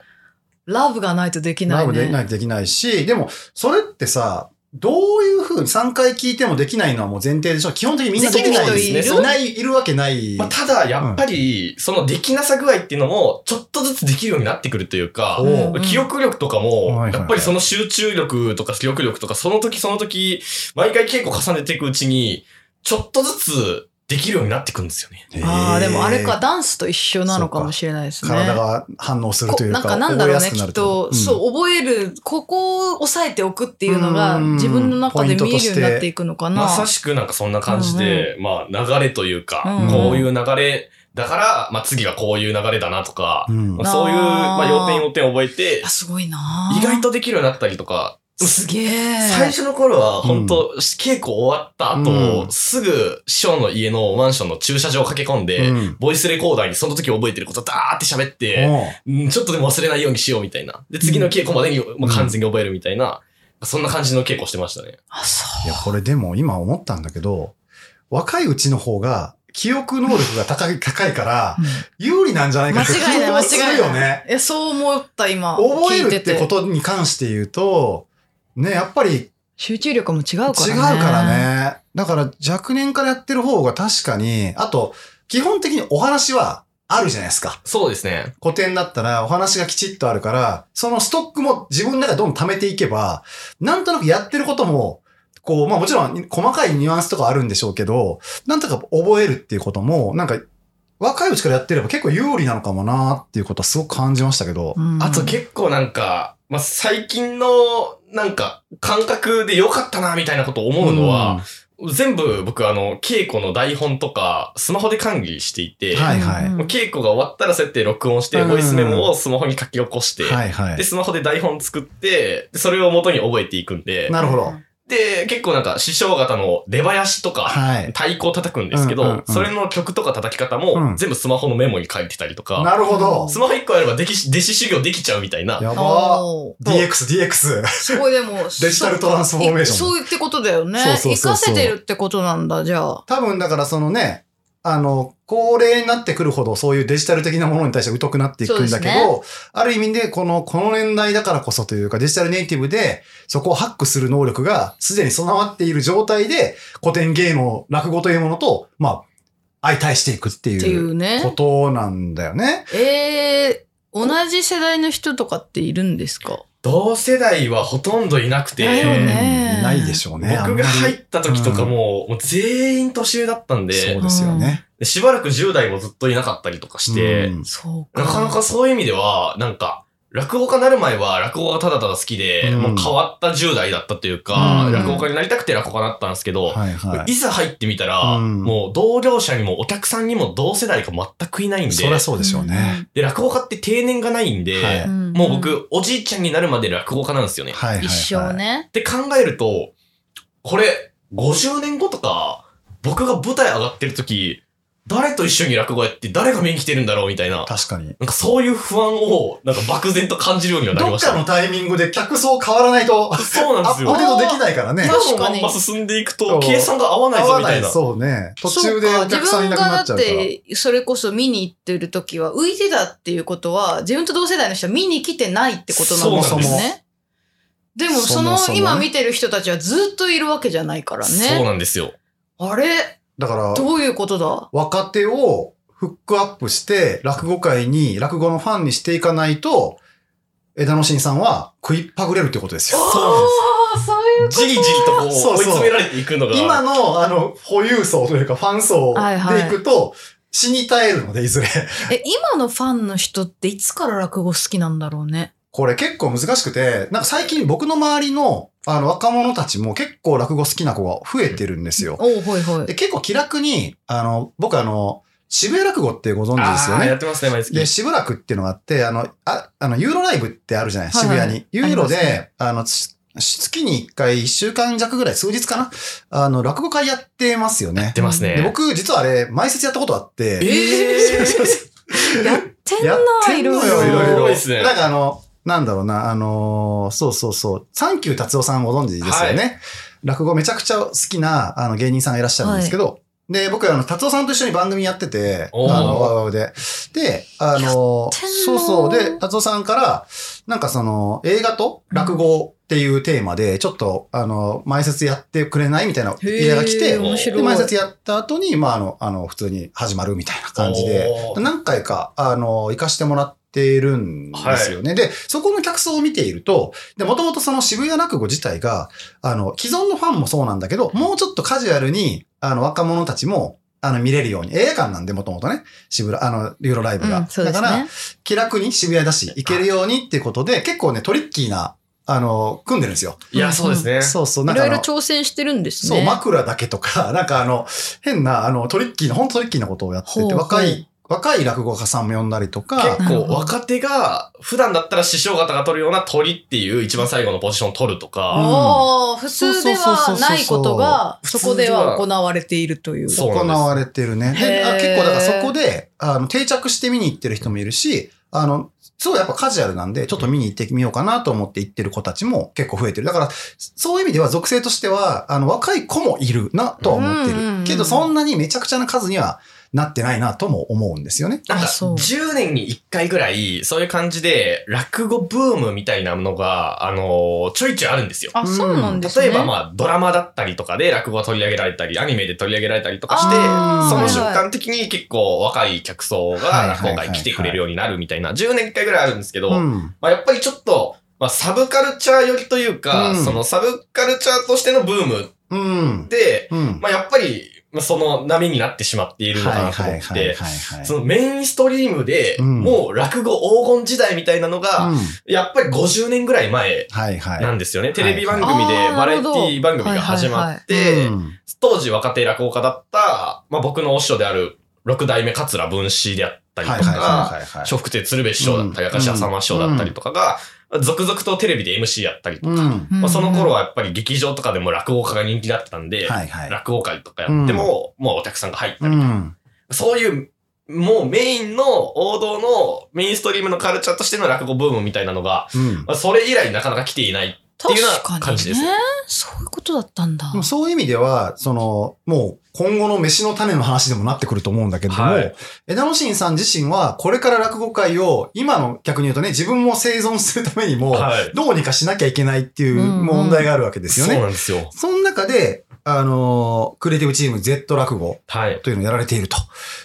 Speaker 1: ラブがないとできな
Speaker 2: ラ
Speaker 1: い
Speaker 2: ブで
Speaker 1: ね。
Speaker 2: きないとできないし、でも、それってさ、どういうふうに3回聞いてもできないのはもう前提でしょ基本的にみんなできないんですね。
Speaker 1: できる人い
Speaker 2: そ
Speaker 1: る
Speaker 2: うない、いるわけない。
Speaker 3: まあ、ただ、やっぱり、そのできなさ具合っていうのも、ちょっとずつできるようになってくるというか、
Speaker 1: おう
Speaker 3: 記憶力とか
Speaker 2: は
Speaker 3: も
Speaker 2: いはい、
Speaker 3: やっぱりその集中力とか記憶力とか、その時その時、毎回稽古重ねていくうちに、ちょっとずつできるようになってくるんですよね。
Speaker 1: ああ、でもあれか、
Speaker 2: へ
Speaker 1: ダンスと一緒なのかもしれないです
Speaker 2: ー。
Speaker 1: ね。
Speaker 2: 体が反応する
Speaker 1: こと
Speaker 2: いうか。
Speaker 1: なんかなんだろうね、
Speaker 2: 覚えやすく
Speaker 1: き
Speaker 2: なる
Speaker 1: っと、そう、覚える、ここを押さえておくっていうのが、
Speaker 2: うん
Speaker 1: 自分の中で見えるようになっていくのかな。
Speaker 3: まさしくなんかそんな感じで、まあ流れというか、
Speaker 1: うん
Speaker 3: こういう流れだから、まあ、次がこういう流れだなとか、
Speaker 2: うん
Speaker 3: まあそういう、
Speaker 1: あー
Speaker 3: まあ、要点要点覚えて
Speaker 4: あ、、すごいなぁ
Speaker 3: 意外とできるようになったりとか、
Speaker 4: すげえ。
Speaker 3: 最初の頃は、本当、稽古終わった後、
Speaker 2: うん
Speaker 3: すぐ師匠の家のマンションの駐車場を駆け込んで、
Speaker 2: うん
Speaker 3: ボイスレコーダーにその時覚えてることダーって喋って、うんちょっとでも忘れないようにしようみたいな。で、次の稽古までに、まあ、完全に覚えるみたいな、そんな感じの稽古してましたね。
Speaker 4: あ、そ
Speaker 2: いや、これでも今思ったんだけど、若いうちの方が記憶能力が高い、高いから
Speaker 4: う、うん。
Speaker 2: 有利なんじゃないかって気
Speaker 4: 間違いない、
Speaker 2: もす
Speaker 4: 間違
Speaker 2: る
Speaker 4: いな
Speaker 2: よ
Speaker 4: い。
Speaker 2: ね。
Speaker 4: いや、そう思った、今。
Speaker 2: 覚える
Speaker 4: 聞
Speaker 2: っ
Speaker 4: い
Speaker 2: てこ。とに関して言うと、ね、やっぱり
Speaker 4: 集中力も違うからね。
Speaker 2: 違うからね。だから若年からやってる方が確かに、あと、基本的にお話はあるじゃないですか。
Speaker 3: そうですね。
Speaker 2: 古典だったらお話がきちっとあるから、そのストックも自分の中でどんどん貯めていけば、なんとなくやってることも、こう、まあもちろん細かいニュアンスとかあるんでしょうけど、なんとか覚えるっていうことも、なんか若いうちからやってれば結構有利なのかもなっていうことはすごく感じましたけど
Speaker 4: う。ん。
Speaker 3: あと結構なんか、まあ、最近の、なんか、感覚で良かったな、みたいなことを思うのは、全部僕あの、稽古の台本とか、スマホで管理していて、
Speaker 2: はいはい
Speaker 4: うん
Speaker 3: もう稽古が終わったらそうやって録音して、
Speaker 2: うん
Speaker 3: ボイスメモをスマホに書き起こして、
Speaker 2: はいは
Speaker 3: で、
Speaker 2: い。
Speaker 3: スマホで台本作って、でそれを元に覚えていくんで、
Speaker 2: なるほど。
Speaker 3: で、結構なんか師匠方の出囃子とか、
Speaker 2: はい。
Speaker 3: 太鼓を叩くんですけど、
Speaker 2: うんうんうん
Speaker 3: それの曲とか叩き方
Speaker 2: う
Speaker 3: も
Speaker 2: ん
Speaker 3: 全部スマホのメモに書いてたりとか、
Speaker 2: なるほど。
Speaker 3: スマホ1個あればできし弟子修行できちゃうみたいな、
Speaker 2: やば
Speaker 4: おー
Speaker 2: ー。DX、DX。
Speaker 4: すごい、でも。デ
Speaker 2: デジタルトランスフォーメーション
Speaker 4: そうってことだよね。
Speaker 2: そうそうそうそう
Speaker 4: 活かせてるってことなんだ、じゃあ。
Speaker 2: 多分だからそのね、あの、高齢になってくるほどそういうデジタル的なものに対して疎くなっていくんだけど、
Speaker 1: そう
Speaker 2: ある意味でこの、この年代だからこそというかデジタルネイティブでそこをハックする能力がすでに備わっている状態で古典芸能、落語というものと、まあ、相対していくって
Speaker 4: ってい
Speaker 2: いうう
Speaker 4: ね
Speaker 2: こ。となんだよね。
Speaker 4: えー、同じ世代の人とかっているんですか
Speaker 3: 同世代はほとんどいなくて、
Speaker 4: だよね
Speaker 2: うんいないでしょうね。
Speaker 3: 僕が入った時とか
Speaker 2: うん
Speaker 3: も、もう全員年上だったん
Speaker 2: てそ
Speaker 3: で
Speaker 2: うですよね。
Speaker 3: でしばらく10代もずっといなかったりとかして、
Speaker 2: うん
Speaker 4: そうか。
Speaker 3: なかなかそういう意味では、なんか、落語家になる前は落語がただただ好きで、
Speaker 2: うん
Speaker 3: もう変わった10代だったというか、
Speaker 2: うん
Speaker 3: 落語家になりたくて落語家になったんですけど、
Speaker 2: はいはい
Speaker 3: い、。ざ入ってみたら、
Speaker 2: うん
Speaker 3: もう同業者にもお客さんにも同世代が全くいないんで
Speaker 2: そり、ゃそうでしょうね。
Speaker 3: で、落語家って定年がないんで、
Speaker 2: はい
Speaker 4: ん
Speaker 3: もう、僕、おじいちゃんになるまで落語家なんですよね。
Speaker 2: はいはい、はい。
Speaker 4: 一生ね
Speaker 3: っ。て考えると、これ、50年後とか、僕が舞台上がってる時、誰と一緒に落語やって誰が見に来てるんだろうみたいな。
Speaker 2: 確かに。
Speaker 3: なんかそういう不安を、なんか漠然と感じるようにはなり
Speaker 2: ど
Speaker 3: ま
Speaker 2: っ
Speaker 3: した。
Speaker 2: かのタイミングで客層変わらないと、
Speaker 3: そうなん
Speaker 2: ア
Speaker 3: で
Speaker 2: ッ
Speaker 3: すよ
Speaker 2: プ。デートできないからね。
Speaker 3: 今
Speaker 4: 確
Speaker 3: の
Speaker 4: か
Speaker 3: ま
Speaker 4: に
Speaker 3: んま進んでいく
Speaker 2: そ
Speaker 3: と、
Speaker 2: う
Speaker 3: 計算が合わない
Speaker 2: 合
Speaker 3: ぞ
Speaker 2: わ
Speaker 3: みた
Speaker 2: ないい。
Speaker 3: な。
Speaker 2: そうね。途中でお客さんいなくなっちゃ
Speaker 4: そう
Speaker 2: う
Speaker 4: か自分がだ
Speaker 2: か
Speaker 4: って、それこそ見に行ってる時は、浮いてたっていうことは、自分と同世代の人は見に来てないってことなんです
Speaker 2: そ
Speaker 4: よ
Speaker 2: もそも
Speaker 4: ね。でも、そ
Speaker 2: そも
Speaker 4: の
Speaker 2: そも
Speaker 4: 今見てる人たちはずっといるわけじゃないから
Speaker 3: そう
Speaker 4: ね。
Speaker 3: なんですよ。
Speaker 4: あれ
Speaker 2: ら。だから、
Speaker 4: どういうことだ
Speaker 2: 若手をフックアップして、落語界に、落語のファンにしていかないと、枝野新さんは食いっぱぐれるってことですよ。
Speaker 4: ああ、そういう
Speaker 3: じりじりとこう、追い
Speaker 2: そうそう
Speaker 3: 詰められていくのが。
Speaker 2: 今の、あの、保有層というか、ファン層
Speaker 4: はいはい
Speaker 2: でいくと、死に絶えるので、いずれ。
Speaker 4: え、今のファンの人っていつから落語好きなんだろうね。
Speaker 2: これ結構難しくて、なんか最近僕の周りの、あの、若者たちも結構落語好きな子が増えてるんですよ。
Speaker 4: おうほいほい。
Speaker 2: で、結構気楽に、あの、僕あの、渋谷落語ってご存知ですよ
Speaker 3: あー
Speaker 2: ね
Speaker 3: や。ってますね、毎月。
Speaker 2: で、渋楽っていうのがあって、あの、ああのユーロライブってあるじゃない、
Speaker 4: はいはい
Speaker 2: 渋谷に。ユーロで、
Speaker 4: あ
Speaker 2: あ,、
Speaker 4: ります
Speaker 2: の、つ月に1回1週間弱ぐらい、数日かなあの、落語会やってますよ
Speaker 3: や
Speaker 2: ね
Speaker 3: っ。てます
Speaker 2: で
Speaker 3: ね。
Speaker 2: 僕、実はあれ、前説やったことあって、
Speaker 3: えー
Speaker 4: やってん
Speaker 2: やっ
Speaker 4: な、
Speaker 2: て
Speaker 4: い
Speaker 2: んの
Speaker 4: ろ
Speaker 2: よ、
Speaker 4: い
Speaker 2: い
Speaker 4: ろ。
Speaker 2: ろい
Speaker 3: す
Speaker 2: ろ。
Speaker 3: ごいっすね
Speaker 2: なんかあの、なんだろうな、あのーそうそうそう、サンキュー達夫さんご存知ですよね。
Speaker 3: は
Speaker 2: 落語めちゃくちゃ好きなあの芸人さんがいらっしゃるんですけど、で、僕、あの、達夫さんと一緒に番組やってて、あ
Speaker 3: おー
Speaker 2: の、わわわで。で、あの、
Speaker 4: てん
Speaker 2: そ
Speaker 4: の
Speaker 2: うそう、で、達夫さんから、なんかその、映画と落語っていうテーマで、ちょっと、あの、前説やってくれないみたいな依頼が来て
Speaker 4: へー、面白
Speaker 2: で、
Speaker 4: い。
Speaker 2: 前説やった後に、まあ、あの、あの、普通に始まるみたいな感じで
Speaker 3: お、ー
Speaker 2: 何回か、あの、行かしてもらっているんですよね。で、そこの客層を見ていると、で、もともとその渋谷落語自体が、あの、既存のファンもそうなんだけど、もうちょっとカジュアルに、あの、若者たちも、あの、見れるように、映画館なんで、もともとね、渋谷、あの、ユーロライブが。
Speaker 4: うん、そうで
Speaker 2: だ
Speaker 4: す
Speaker 2: から
Speaker 4: ね、。
Speaker 2: 気楽に渋谷だし、行けるようにっていうことで、結構ね、トリッキーな、あの、組んでるんですよ。
Speaker 3: いや、そうですね。
Speaker 2: そうそう、
Speaker 4: い
Speaker 2: なんか
Speaker 4: ろ
Speaker 2: あ
Speaker 4: いろ
Speaker 2: の、
Speaker 4: 挑戦してるんです
Speaker 2: そう、
Speaker 4: ね。
Speaker 2: 枕だけとか、なんかあの、変な、あの、トリッキーな、ほんとトリッキーなことをやって
Speaker 4: ほう
Speaker 2: て、
Speaker 4: ほう
Speaker 2: 若い若い落語家さんも呼んだりとか、
Speaker 3: 結
Speaker 1: なるほ
Speaker 3: 構
Speaker 1: ど
Speaker 3: 若手が、普段だったら師匠方が取るような鳥っていう一番最後のポジション取るとか、
Speaker 4: ああ、普通ではないことが、
Speaker 3: そう
Speaker 4: そ
Speaker 3: そ
Speaker 4: こ
Speaker 3: うそうそう
Speaker 4: では行われているという。
Speaker 3: そう
Speaker 2: 行われてるね。で、あ
Speaker 4: へー
Speaker 2: 結構だからそこで、あの、定着して見に行ってる人もいるし、あの、すごいやっぱカジュアルなんで、ちょっと見に行ってみようかなと思って行ってる子たちも結構増えてる。だから、そういう意味では属性としては、あの、若い子もいるなとは思ってる。
Speaker 4: うんうんうん
Speaker 2: けど、そんなにめちゃくちゃな数にはなってないなとも思うんですよね。
Speaker 3: なんか
Speaker 4: あそう
Speaker 3: 10年に1回ぐらい、そういう感じで、落語ブームみたいなものが、あの、ちょいちょいあるんですよ。
Speaker 4: あ、そうなんですね。
Speaker 3: 例えばまあドラマだったりとかで落語が取り上げられたり、アニメで取り上げられたりとかして、
Speaker 4: あ
Speaker 2: ー
Speaker 3: その瞬
Speaker 4: はいは
Speaker 3: 間的に結構若い客層
Speaker 2: はいはい
Speaker 3: が
Speaker 2: はい
Speaker 3: 今回来てくれるようになるみたいな、10年に1回ぐらいあるんですけど、
Speaker 2: うん。
Speaker 3: まあ、やっぱりちょっと、まあ、サブカルチャー寄りというか、
Speaker 2: うん
Speaker 3: そのサブカルチャーとしてのブームっ
Speaker 2: うん。
Speaker 3: て、
Speaker 2: うん。
Speaker 3: まあ、やっぱり、まあ、その波になってしまっているのかなと思って、
Speaker 2: はい
Speaker 3: そのメインストリームで、
Speaker 2: うん
Speaker 3: もう落語黄金時代みたいなのが、
Speaker 2: うん
Speaker 3: やっぱり50年ぐらい前
Speaker 2: はいはい。
Speaker 3: なんですよね。テレビ番組で
Speaker 4: あー
Speaker 3: バラエテ
Speaker 4: なるほ
Speaker 3: ィ
Speaker 4: ど
Speaker 3: 番組が始まって、
Speaker 2: うん
Speaker 3: 当時若手落語家だった、まあ、僕のお師匠である六代目桂文枝であったりと
Speaker 2: はいはい
Speaker 3: か、
Speaker 2: はいはいはい。
Speaker 3: 笑福亭鶴瓶師匠だったり、
Speaker 2: うん
Speaker 3: 明石家さんま師匠だったりとかが、続々とテレビで MC やったりとか、
Speaker 2: うん。
Speaker 4: うん
Speaker 3: まあ、その頃はやっぱり劇場とかでも落語家が人気だったんで、
Speaker 2: はいはい。
Speaker 3: 落語会とかやっても、もうお客さんが入ったりと
Speaker 2: う
Speaker 3: か
Speaker 2: ん。
Speaker 3: そういう、もうメインの王道のメインストリームのカルチャーとしての落語ブームみたいなのが、
Speaker 2: うん
Speaker 3: まあ、それ以来なかなか来ていない。ていうような
Speaker 4: 確かに
Speaker 3: 感じです
Speaker 4: ね。そういうことだったんだ。
Speaker 2: でもそういう意味では、その、もう今後の飯の種の話でもなってくると思うんだけれども、
Speaker 3: はい
Speaker 2: 枝野新さん自身はこれから落語界を、今の逆に言うとね、自分も生存するためにも、
Speaker 3: はい。
Speaker 2: どうにかしなきゃいけないっていう
Speaker 4: うんうん
Speaker 2: 問題があるわけですよね。
Speaker 3: そうなんですよ。
Speaker 2: その中で、あのークリエイティブチーム Z 落語
Speaker 3: はい。
Speaker 2: というのをやられていると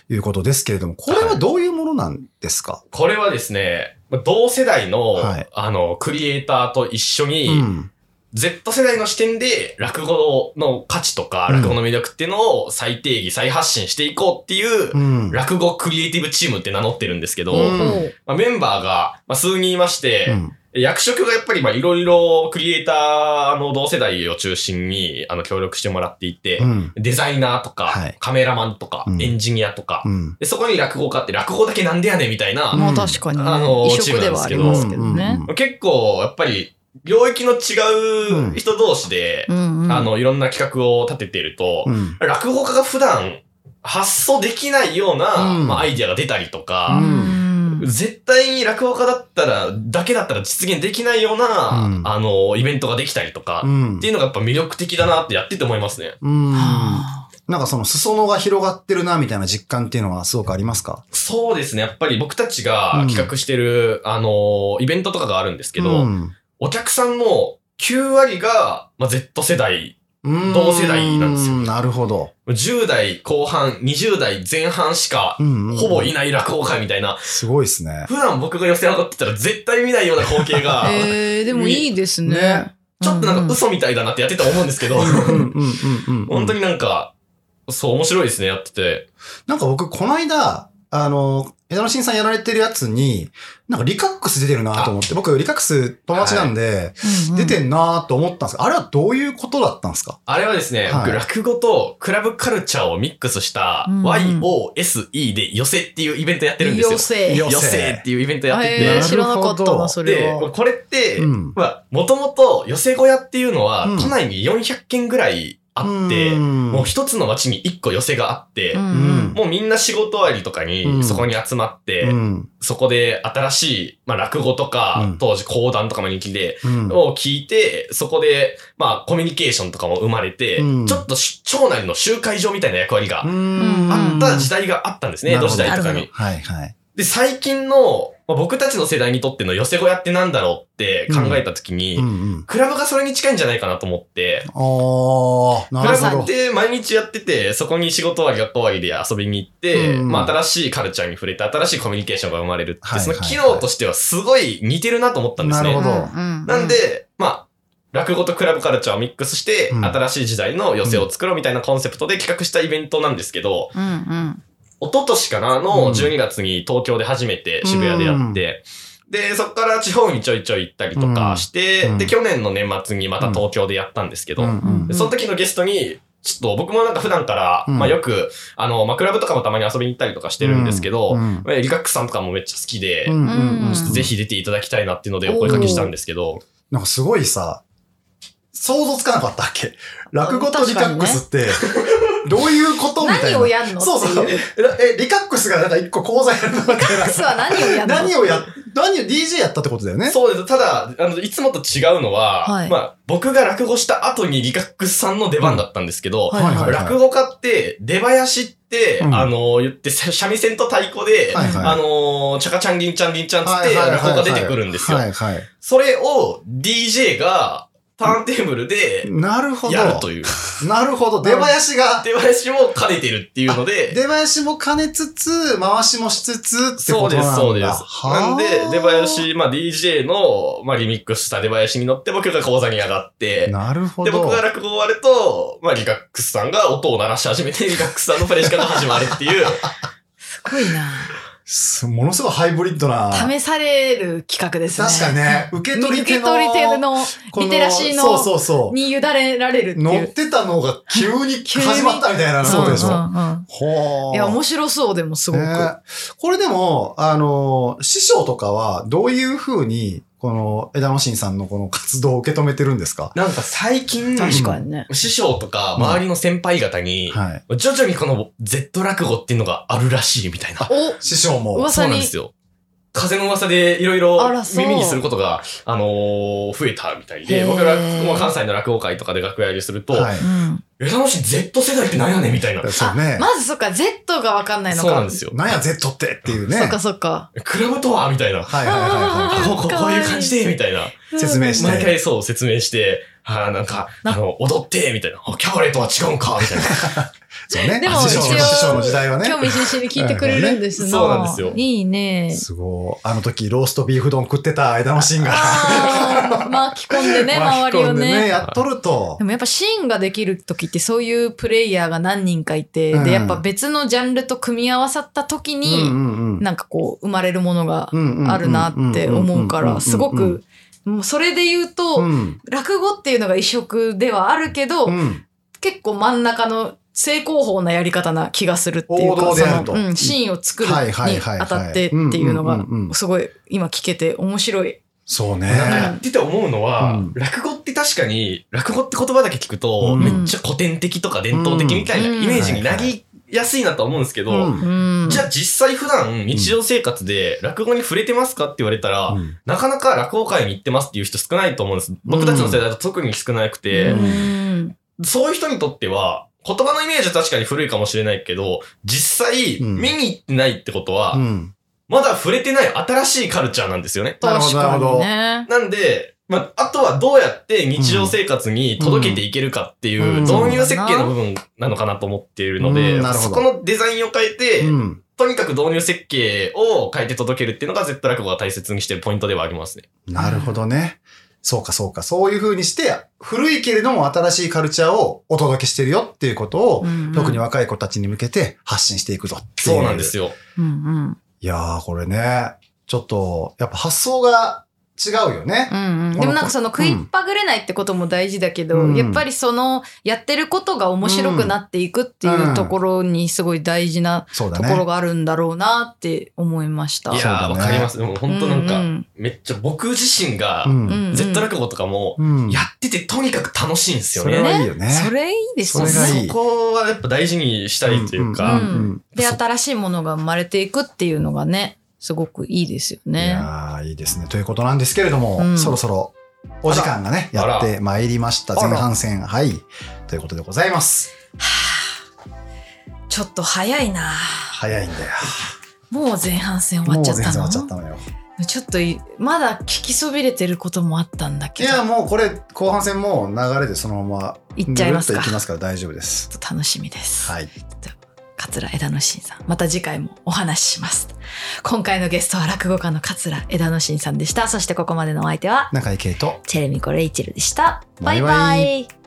Speaker 2: いうことですけれども、これはどういうものなんですか、
Speaker 3: これはですね、まあ同世代の、
Speaker 2: はい
Speaker 3: あの、クリエイターと一緒に、
Speaker 2: うん。
Speaker 3: Z 世代の視点で落語の価値とか、
Speaker 2: うん
Speaker 3: 落語の魅力っていうのを再定義、再発信していこうっていう
Speaker 2: う、ん。
Speaker 3: 落語クリエイティブチームって名乗ってるんですけど、
Speaker 2: うん
Speaker 4: ほう
Speaker 3: まあ、メンバーが、まあ、数人いまして、
Speaker 2: うん
Speaker 3: 役職がやっぱりまあいろいろクリエイターの同世代を中心にあの協力してもらっていて、
Speaker 2: うん。
Speaker 3: デザイナーとか、
Speaker 2: はい
Speaker 3: カメラマンとか、
Speaker 2: うん
Speaker 3: エンジニアとか、
Speaker 2: うん。
Speaker 3: で、そこに落語家って落語だけなんでやねんみたいな、
Speaker 4: まあ確かにね
Speaker 3: あの。
Speaker 4: 異色ではありますけどね。
Speaker 3: 結構やっぱり領域の違う人同士で、
Speaker 4: うんうん
Speaker 3: あのいろんな企画を立てていると、
Speaker 2: うん。うん。
Speaker 3: 落語家が普段発想できないような、
Speaker 2: うん
Speaker 3: まあ、アイデアが出たりとか、
Speaker 4: うん
Speaker 3: 絶対に落語家だったら、だけだったら実現できないような、
Speaker 2: うん
Speaker 3: あの、イベントができたりとか、
Speaker 2: うん
Speaker 3: っていうのがやっぱ魅力的だなってやってて思いますね。
Speaker 2: うん。
Speaker 4: はあ
Speaker 2: なんかその裾野が広がってるなみたいな実感っていうのはすごくありますか
Speaker 3: そうですね。やっぱり僕たち
Speaker 2: う
Speaker 3: が
Speaker 2: ん
Speaker 3: 企画してる、あの、イベントとかがあるんですけど、
Speaker 2: うん
Speaker 3: お客さんの9割が、まあ、Z 世代、
Speaker 2: うん
Speaker 3: 同世代なんですよ
Speaker 2: なるほど。
Speaker 3: 10代後半、20代前半しか、
Speaker 2: うんうん
Speaker 3: ほぼいない落語会みたいな、
Speaker 2: すごいですね。
Speaker 3: 普段僕が寄せ上がってたら絶対見ないような光景が、
Speaker 4: えー、でもいいですね
Speaker 2: ね。
Speaker 3: ちょっとなんか嘘みたいだなってやってて思うんですけど、本当
Speaker 2: に。
Speaker 3: になんか、そう、面白いですね、やってて。
Speaker 2: なんか僕、この間、あの、枝野新さんやられてるやつに、なんかリカックス出てるなと思って、僕、リカックス友達なんで、
Speaker 4: うんうん
Speaker 2: 出てんなと思ったんですけど、あれはどういうことだったんですか
Speaker 3: あれはですね、
Speaker 2: はい
Speaker 3: 僕落語とクラブカルチャーをミックスした
Speaker 4: うんうん
Speaker 3: YOSE で寄せっていうイベントやってるんですよ。
Speaker 4: 妖精
Speaker 2: よ寄せ
Speaker 3: 寄せっていうイベントやって
Speaker 4: えー
Speaker 2: な
Speaker 3: て
Speaker 2: る
Speaker 4: 知らなかった
Speaker 2: なるほど
Speaker 4: な、そ、れ
Speaker 3: で
Speaker 4: は。、
Speaker 3: これって、
Speaker 2: うん
Speaker 3: まあ、もともと寄せ小屋っていうのは
Speaker 2: うん
Speaker 3: 都内に400軒ぐらいあって、も
Speaker 2: も
Speaker 3: う一つの町に一個寄せがあって、
Speaker 4: うん
Speaker 2: うん
Speaker 3: もうみんな仕事終わりとか
Speaker 2: う
Speaker 3: に
Speaker 2: ん
Speaker 3: そこに集まって、
Speaker 2: うん。
Speaker 3: そこで新しい、まあ、落語とか、
Speaker 2: うん
Speaker 3: 当時講談とかも人気で、
Speaker 2: うん
Speaker 3: を聞いて、そこで、まあ、コミュニケーションとかも生まれて、
Speaker 2: うん
Speaker 3: ちょっとし町内の集会所みたいな役割が
Speaker 2: うん
Speaker 3: あった時代があったんです
Speaker 2: う
Speaker 3: ね、
Speaker 2: ん
Speaker 3: 江戸時代とか
Speaker 4: なる
Speaker 3: に。
Speaker 2: はいはい。
Speaker 3: で、最近の、まあ僕たちの世代にとっての寄せ小屋ってなんだろうって考えた時に、
Speaker 2: うんうん。
Speaker 3: クラブがそれに近いんじゃないかなと思って、
Speaker 2: ああ、
Speaker 3: ク
Speaker 2: な
Speaker 3: ラ
Speaker 2: る
Speaker 3: ブ
Speaker 2: ほど。
Speaker 3: って毎日やってて、そこに仕事終わり、学校終わりで遊びに行って、
Speaker 2: うん
Speaker 3: まあ新しいカルチャーに触れて、新しいコミュニケーションが生まれるって、
Speaker 2: はいはい
Speaker 3: その機能としてはすごい似てるなと思ったんですね。
Speaker 2: なるほど
Speaker 4: な
Speaker 3: なん、で、まあ、落語とクラブカルチャーをミックスして、
Speaker 2: うん
Speaker 3: 新しい時代の寄せを作ろうみたいなコンセプトで企画したイベントなんですけど、
Speaker 4: うんうん
Speaker 3: 一昨年かな
Speaker 2: うん
Speaker 3: の12月に東京で初めて渋谷でやって、で、そこから地方にちょいちょい行ったりとかして、
Speaker 2: うん
Speaker 3: で、去年の年末にまた東京でやったんですけど、
Speaker 2: うんうん
Speaker 3: でその時のゲストに、ちょっと僕もなんか普段から、
Speaker 2: うん
Speaker 3: まあよく、あの、まあクラブとかもたまに遊びに行ったりとかしてるんですけど、
Speaker 2: うん
Speaker 3: まあリカックさんとかもめっちゃ好きで、
Speaker 2: うんうんうん
Speaker 1: ちょっと
Speaker 3: ぜひ出ていただきたいなっていうのでお声かけしたんですけど、
Speaker 2: なんかすごいさ、想像つかなかったっけ落語とリカックスって、どういうことみたい
Speaker 1: 何
Speaker 2: な。
Speaker 1: をやんの
Speaker 2: そうそう。
Speaker 1: っていう
Speaker 2: え、リカックスがなんか一個講座やるのみたい
Speaker 1: リカックスは何をや
Speaker 2: な。
Speaker 1: んの
Speaker 2: 何をや、何を DJ やったってことだよね。
Speaker 3: そうです。ただ、あの、いつもと違うのは、
Speaker 1: はい
Speaker 3: まあ、僕が落語した後にリカックスさんの出番だったんですけど、
Speaker 1: はいはいはい
Speaker 3: 落語家って、出囃子って、
Speaker 2: うん
Speaker 3: あの、言って、さ三味線と太鼓で、
Speaker 2: はいはい
Speaker 3: あの、チャカチャンギンチャンギンチャンつって、
Speaker 2: はいはいはい
Speaker 3: 落語家出てくるんですよ。
Speaker 2: はいはい。
Speaker 3: それを DJ がターンテーブルで
Speaker 2: なるほど。
Speaker 3: やるという。
Speaker 2: なるほど。出囃子が、
Speaker 3: 出囃子も兼ねてるっていうので、
Speaker 2: 出囃子も兼ねつつ、回しもしつつって
Speaker 3: そ
Speaker 2: こ
Speaker 3: う
Speaker 2: と
Speaker 3: で
Speaker 2: なんだ。
Speaker 3: す、そうです。なんで、出囃
Speaker 2: 子。
Speaker 3: 子、まあ DJ の、まあリミックスした出囃子に乗って僕が講座に上がって、
Speaker 2: なるほ
Speaker 3: で、
Speaker 2: ど
Speaker 3: 僕が。落語終わると、まあリカックスさんが音を鳴らし始 めて、リカックスさんのプレイ時間が始まるっていう、
Speaker 1: すごいな
Speaker 2: すものすごいハイブリッドな。
Speaker 1: 試される企画ですね。
Speaker 2: 確かにね、受け取り
Speaker 1: 受け
Speaker 2: 手の。
Speaker 1: 取り手の
Speaker 2: この
Speaker 1: リテラシーの
Speaker 2: そうそうそう。
Speaker 1: に委ねられるってい
Speaker 2: 乗っ
Speaker 1: う。
Speaker 2: てたのが急に
Speaker 1: 急に
Speaker 2: 始まったみたいなそうでし
Speaker 1: ん
Speaker 2: ょ。
Speaker 1: んうん
Speaker 2: ほー
Speaker 1: いや、面白そうでもすごく。
Speaker 2: ねこれでも、あの、師匠とかはどういうふうに、この枝野新さんのこの活動を受け止めてるんですか
Speaker 3: なんか最近、
Speaker 1: 確かにね。
Speaker 3: 師匠とか周りの先輩方に、
Speaker 2: はい。
Speaker 3: 徐々にこの Z 落語っていうのがあるらしいみたいな。
Speaker 1: お
Speaker 2: 師匠も。
Speaker 1: 噂
Speaker 3: そうなん
Speaker 1: に
Speaker 3: ですよ。風の噂でいろいろ
Speaker 1: あらそう
Speaker 3: 耳にすることが、あのー増えたみたい
Speaker 1: へ
Speaker 3: で、
Speaker 1: ー
Speaker 3: 僕ら、まあ、関西の落語会とかで楽屋入りすると、
Speaker 2: は
Speaker 1: うん
Speaker 3: 枝野氏 Z 世代って何やねんみたいな。
Speaker 2: い。そうね。
Speaker 1: まずそっか、Z がわかんないのか。
Speaker 3: そうなんですよ。
Speaker 2: なんや Z ってっていうね。
Speaker 1: そっかそっか。
Speaker 3: クラブとはみたいな。
Speaker 2: はいはいはいは
Speaker 3: あこうこう
Speaker 1: か
Speaker 3: こう
Speaker 1: わいい
Speaker 3: いう感じでみたいな。
Speaker 2: 説明して
Speaker 3: 毎回そう説明して、あーなんか、あの、踊ってみたいな。あキャバレーとは違うんかみたいな。
Speaker 2: い。そうね。
Speaker 1: でも
Speaker 2: 師匠
Speaker 1: 一応
Speaker 2: の師匠の時代はね。
Speaker 1: 興味津々に聞いてくれるん ですな
Speaker 3: そうなんですよ
Speaker 1: いいね。
Speaker 2: すごい。あの時、ローストビーフ丼食ってた枝野新が。
Speaker 1: ああ、巻き込んでね、周りを
Speaker 2: 巻き込んで
Speaker 1: ね。
Speaker 2: やっとると
Speaker 1: で。もやっぱシーンができる時ってそういうプレイヤーが何人かいて、
Speaker 2: うん
Speaker 1: で、やっぱ別のジャンルと組み合わさった時に、
Speaker 2: ん
Speaker 1: なんかこう、生まれるものが
Speaker 2: あ
Speaker 1: あるなって思うから、すご、く、もうそれで言うと、
Speaker 2: うん
Speaker 1: 落語っていうのが異色ではあるけど、
Speaker 2: うん
Speaker 1: 結構真ん中の正攻法なやり方な気がするっていう
Speaker 2: 王道
Speaker 1: か、
Speaker 2: で
Speaker 1: そ
Speaker 2: あると
Speaker 1: の、うん、シーンを作る
Speaker 2: はい
Speaker 1: に
Speaker 2: はいはいはい
Speaker 1: あたってっていうの
Speaker 2: うん
Speaker 1: が
Speaker 2: うんうんう、ん
Speaker 1: すごい今聞けて面白い。
Speaker 2: そう
Speaker 3: なんか
Speaker 2: ね。
Speaker 3: やってて思うのは、
Speaker 2: うん
Speaker 3: 落語って確かに、落語って言葉だけ聞くと、
Speaker 2: うん
Speaker 3: めっちゃ古典的とか伝統的みたいな
Speaker 1: うん
Speaker 3: イメージになりやすいなとは思うんですけど、
Speaker 2: うん
Speaker 1: うん。
Speaker 3: じゃあ実際普段日常生活で落語に触れてますかって言われたら、
Speaker 2: うん
Speaker 3: なかなか落語会に行ってますっていう人少ないと思うんです。僕たちの世代だと特に少なくて、
Speaker 1: うん
Speaker 3: そういう人にとっては、言葉のイメージは確かに古いかもしれないけど、実際、
Speaker 2: うん
Speaker 3: 見に行ってないってことは、
Speaker 2: うん
Speaker 3: まだ触れてない新しいカルチャーなんですよね。
Speaker 2: なるほ
Speaker 1: 確
Speaker 2: どな
Speaker 1: か
Speaker 2: るほ
Speaker 1: に
Speaker 2: ど
Speaker 1: ね。
Speaker 3: なんで、まあ、あとはどうやって日常生活に届けていけるかっていう、
Speaker 2: うん
Speaker 3: どういう設計の部分なのかなと思っているので、
Speaker 2: うんなる
Speaker 3: そ
Speaker 2: ほど
Speaker 3: このデザインを変えて、
Speaker 2: うん
Speaker 3: とにかく導入設計を変えて届けるっていうのが絶対落語が大切にしてるポイントではありますね。
Speaker 2: なるほどね。そうかそうか。そういうふうにして、古いけれども新しいカルチャーをお届けしてるよっていうことを、特に
Speaker 1: は。
Speaker 2: 若い子たちに向けて発信していくぞってい
Speaker 3: そうなんですよ。
Speaker 1: うんうん。
Speaker 2: いやー、これね、ちょっと、やっぱ発想が違うよね。
Speaker 1: うんうん、でもなんかその食いっぱぐれないってことも大事だけど、
Speaker 2: うん
Speaker 1: やっぱりそのやってることが面白くなっていくっていうところにすごい大事な
Speaker 2: そうだ
Speaker 1: と
Speaker 2: ね。
Speaker 1: ころがあるんだろうなって思いました。
Speaker 3: い
Speaker 2: そうだ
Speaker 3: やー、
Speaker 2: ね
Speaker 3: わかります。でも本当なんか、
Speaker 1: う
Speaker 3: めっちゃ僕自身が
Speaker 2: う、ん。
Speaker 1: ん
Speaker 3: 絶対落語とかも、
Speaker 2: うん。
Speaker 3: やっててとにかく楽しいんですよ
Speaker 2: そ
Speaker 3: ね。
Speaker 2: れはいいよね。
Speaker 1: それいいですよね。
Speaker 2: それがいい
Speaker 3: そこはやっぱ大事にしたいという
Speaker 1: う
Speaker 3: か、
Speaker 1: ん
Speaker 2: ん
Speaker 1: で、
Speaker 2: そ
Speaker 1: 新しいものが生まれていくっていうのがね、すごくいいですよ
Speaker 2: い
Speaker 1: ね。
Speaker 2: やーいいですね。ということなんですけれども、
Speaker 1: うん
Speaker 2: そろそろお時間がね、
Speaker 3: あら
Speaker 2: やってまいりました。
Speaker 3: あら
Speaker 2: 前半戦、はい。ということでございます。
Speaker 1: ちょっと早いな
Speaker 2: 早いんだよ。
Speaker 1: もう前半戦終わ
Speaker 2: も
Speaker 1: っ
Speaker 2: う
Speaker 1: ちゃ
Speaker 2: 全
Speaker 1: っ
Speaker 2: 然
Speaker 1: たの
Speaker 2: 終わっちゃったのよ。
Speaker 1: ちょっといまだ聞きそびれてることもあったんだ
Speaker 2: い
Speaker 1: けど、
Speaker 2: や、もうこれ、後半戦もう流れでそのまま、
Speaker 1: 行っちゃいます
Speaker 2: ぐ
Speaker 1: か。ち
Speaker 2: るっといき
Speaker 1: ょ
Speaker 2: ますから大丈夫です。
Speaker 1: っと楽しみです。
Speaker 2: はい。
Speaker 1: 桂枝野真さんまた次回もお話しします今回のゲストは落語家の桂枝野真さんでしたそしてここまでのお相手は
Speaker 2: 中井圭と、
Speaker 1: チェレミコ・レイチェルでしたバイバイ
Speaker 2: バイバ
Speaker 1: イ